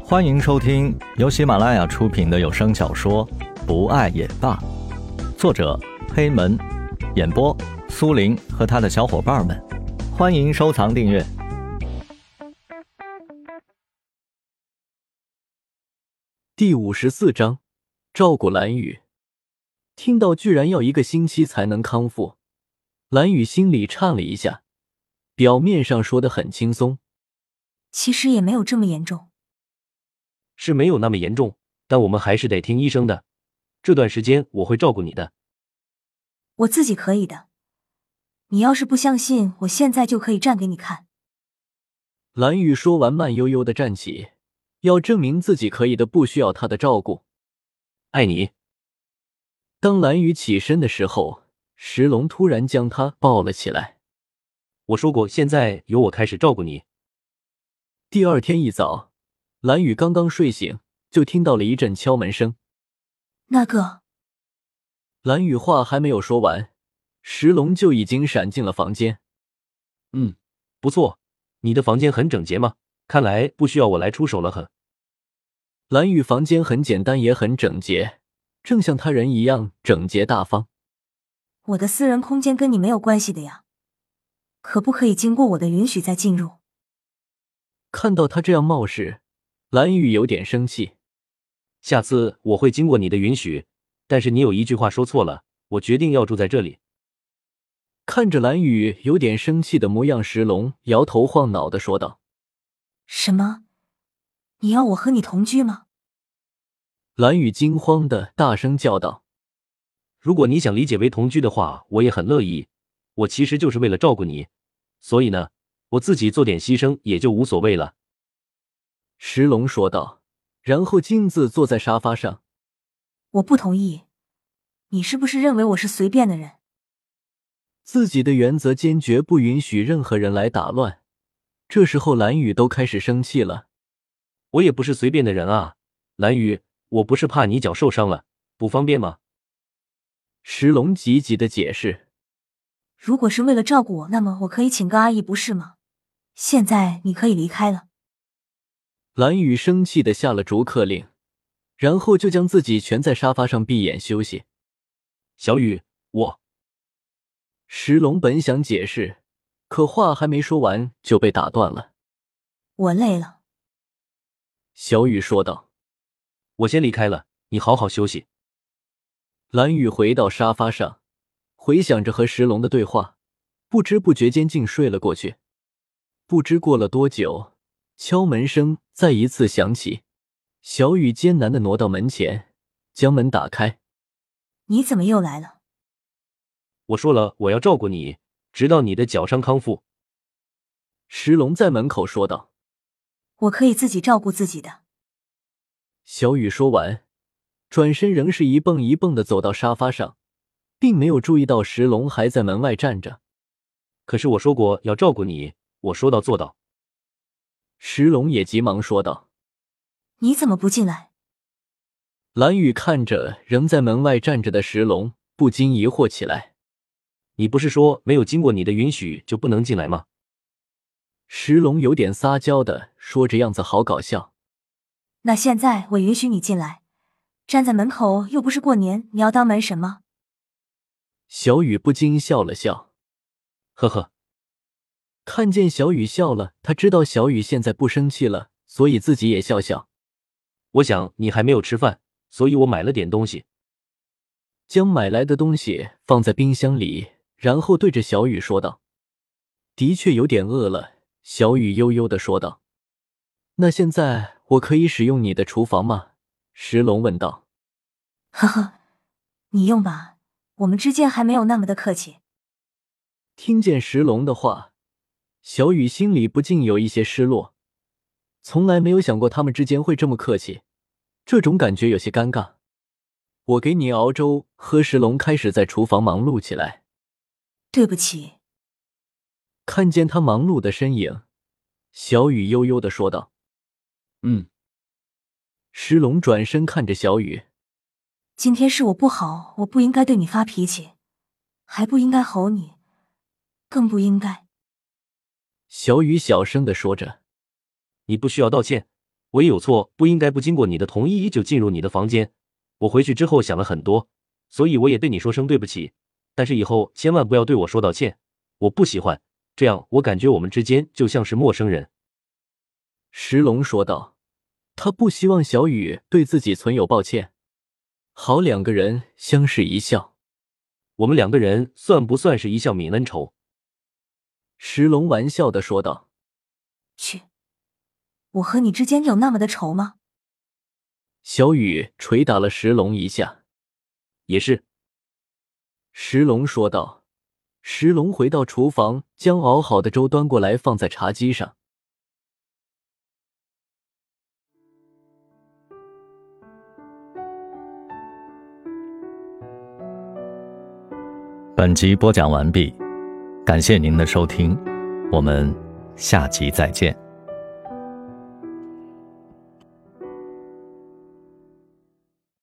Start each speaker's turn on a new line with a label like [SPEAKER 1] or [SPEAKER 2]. [SPEAKER 1] 欢迎收听由喜马拉雅出品的有声小说《不爱也罢》，作者黑门，演播苏林和他的小伙伴们。欢迎收藏订阅。
[SPEAKER 2] 第五十四章，照顾蓝雨。听到居然要一个星期才能康复，蓝雨心里颤了一下。表面上说的很轻松，
[SPEAKER 3] 其实也没有这么严重。
[SPEAKER 4] 是没有那么严重，但我们还是得听医生的。这段时间我会照顾你的，
[SPEAKER 3] 我自己可以的。你要是不相信，我现在就可以站给你看。
[SPEAKER 2] 蓝雨说完，慢悠悠的站起，要证明自己可以的，不需要他的照顾。
[SPEAKER 4] 爱你。
[SPEAKER 2] 当蓝雨起身的时候，石龙突然将他抱了起来。
[SPEAKER 4] 我说过，现在由我开始照顾你。
[SPEAKER 2] 第二天一早，蓝雨刚刚睡醒，就听到了一阵敲门声。
[SPEAKER 3] 那个，
[SPEAKER 2] 蓝雨话还没有说完。石龙就已经闪进了房间。
[SPEAKER 4] 嗯，不错，你的房间很整洁吗？看来不需要我来出手了。很。
[SPEAKER 2] 蓝雨房间很简单，也很整洁，正像他人一样整洁大方。
[SPEAKER 3] 我的私人空间跟你没有关系的呀，可不可以经过我的允许再进入？
[SPEAKER 2] 看到他这样冒失，蓝雨有点生气。
[SPEAKER 4] 下次我会经过你的允许，但是你有一句话说错了，我决定要住在这里。
[SPEAKER 2] 看着蓝雨有点生气的模样，石龙摇头晃脑的说道：“
[SPEAKER 3] 什么？你要我和你同居吗？”
[SPEAKER 2] 蓝雨惊慌的大声叫道：“
[SPEAKER 4] 如果你想理解为同居的话，我也很乐意。我其实就是为了照顾你，所以呢，我自己做点牺牲也就无所谓了。”
[SPEAKER 2] 石龙说道，然后径自坐在沙发上。
[SPEAKER 3] “我不同意，你是不是认为我是随便的人？”
[SPEAKER 2] 自己的原则坚决不允许任何人来打乱。这时候，蓝雨都开始生气了。
[SPEAKER 4] 我也不是随便的人啊，蓝雨，我不是怕你脚受伤了，不方便吗？
[SPEAKER 2] 石龙急急的解释。
[SPEAKER 3] 如果是为了照顾我，那么我可以请个阿姨，不是吗？现在你可以离开了。
[SPEAKER 2] 蓝雨生气的下了逐客令，然后就将自己蜷在沙发上闭眼休息。
[SPEAKER 4] 小雨，我。
[SPEAKER 2] 石龙本想解释，可话还没说完就被打断了。
[SPEAKER 3] 我累了，
[SPEAKER 2] 小雨说道：“
[SPEAKER 4] 我先离开了，你好好休息。”
[SPEAKER 2] 蓝雨回到沙发上，回想着和石龙的对话，不知不觉间竟睡了过去。不知过了多久，敲门声再一次响起，小雨艰难的挪到门前，将门打开：“
[SPEAKER 3] 你怎么又来了？”
[SPEAKER 4] 我说了，我要照顾你，直到你的脚伤康复。”
[SPEAKER 2] 石龙在门口说道。
[SPEAKER 3] “我可以自己照顾自己的。”
[SPEAKER 2] 小雨说完，转身仍是一蹦一蹦的走到沙发上，并没有注意到石龙还在门外站着。
[SPEAKER 4] “可是我说过要照顾你，我说到做到。”
[SPEAKER 2] 石龙也急忙说道。
[SPEAKER 3] “你怎么不进来？”
[SPEAKER 2] 蓝雨看着仍在门外站着的石龙，不禁疑惑起来。
[SPEAKER 4] 你不是说没有经过你的允许就不能进来吗？
[SPEAKER 2] 石龙有点撒娇的说着，样子好搞笑。
[SPEAKER 3] 那现在我允许你进来，站在门口又不是过年，你要当门神吗？
[SPEAKER 2] 小雨不禁笑了笑，
[SPEAKER 4] 呵呵。
[SPEAKER 2] 看见小雨笑了，他知道小雨现在不生气了，所以自己也笑笑。
[SPEAKER 4] 我想你还没有吃饭，所以我买了点东西，
[SPEAKER 2] 将买来的东西放在冰箱里。然后对着小雨说道：“的确有点饿了。”小雨悠悠的说道：“那现在我可以使用你的厨房吗？”石龙问道。
[SPEAKER 3] “呵呵，你用吧，我们之间还没有那么的客气。”
[SPEAKER 2] 听见石龙的话，小雨心里不禁有一些失落，从来没有想过他们之间会这么客气，这种感觉有些尴尬。我给你熬粥。喝石龙开始在厨房忙碌起来。
[SPEAKER 3] 对不起。
[SPEAKER 2] 看见他忙碌的身影，小雨悠悠的说道：“
[SPEAKER 4] 嗯。”
[SPEAKER 2] 石龙转身看着小雨：“
[SPEAKER 3] 今天是我不好，我不应该对你发脾气，还不应该吼你，更不应该。”
[SPEAKER 2] 小雨小声的说着：“
[SPEAKER 4] 你不需要道歉，我也有错，不应该不经过你的同意就进入你的房间。我回去之后想了很多，所以我也对你说声对不起。但是以后千万不要对我说道歉，我不喜欢这样，我感觉我们之间就像是陌生人。
[SPEAKER 2] 石龙说道：“他不希望小雨对自己存有抱歉。”好，两个人相视一笑。
[SPEAKER 4] 我们两个人算不算是一笑泯恩仇？
[SPEAKER 2] 石龙玩笑的说道。
[SPEAKER 3] 去，我和你之间有那么的仇吗？
[SPEAKER 2] 小雨捶打了石龙一下。
[SPEAKER 4] 也是，
[SPEAKER 2] 石龙说道。石龙回到厨房，将熬好的粥端过来，放在茶几上。
[SPEAKER 1] 本集播讲完毕，感谢您的收听，我们下集再见。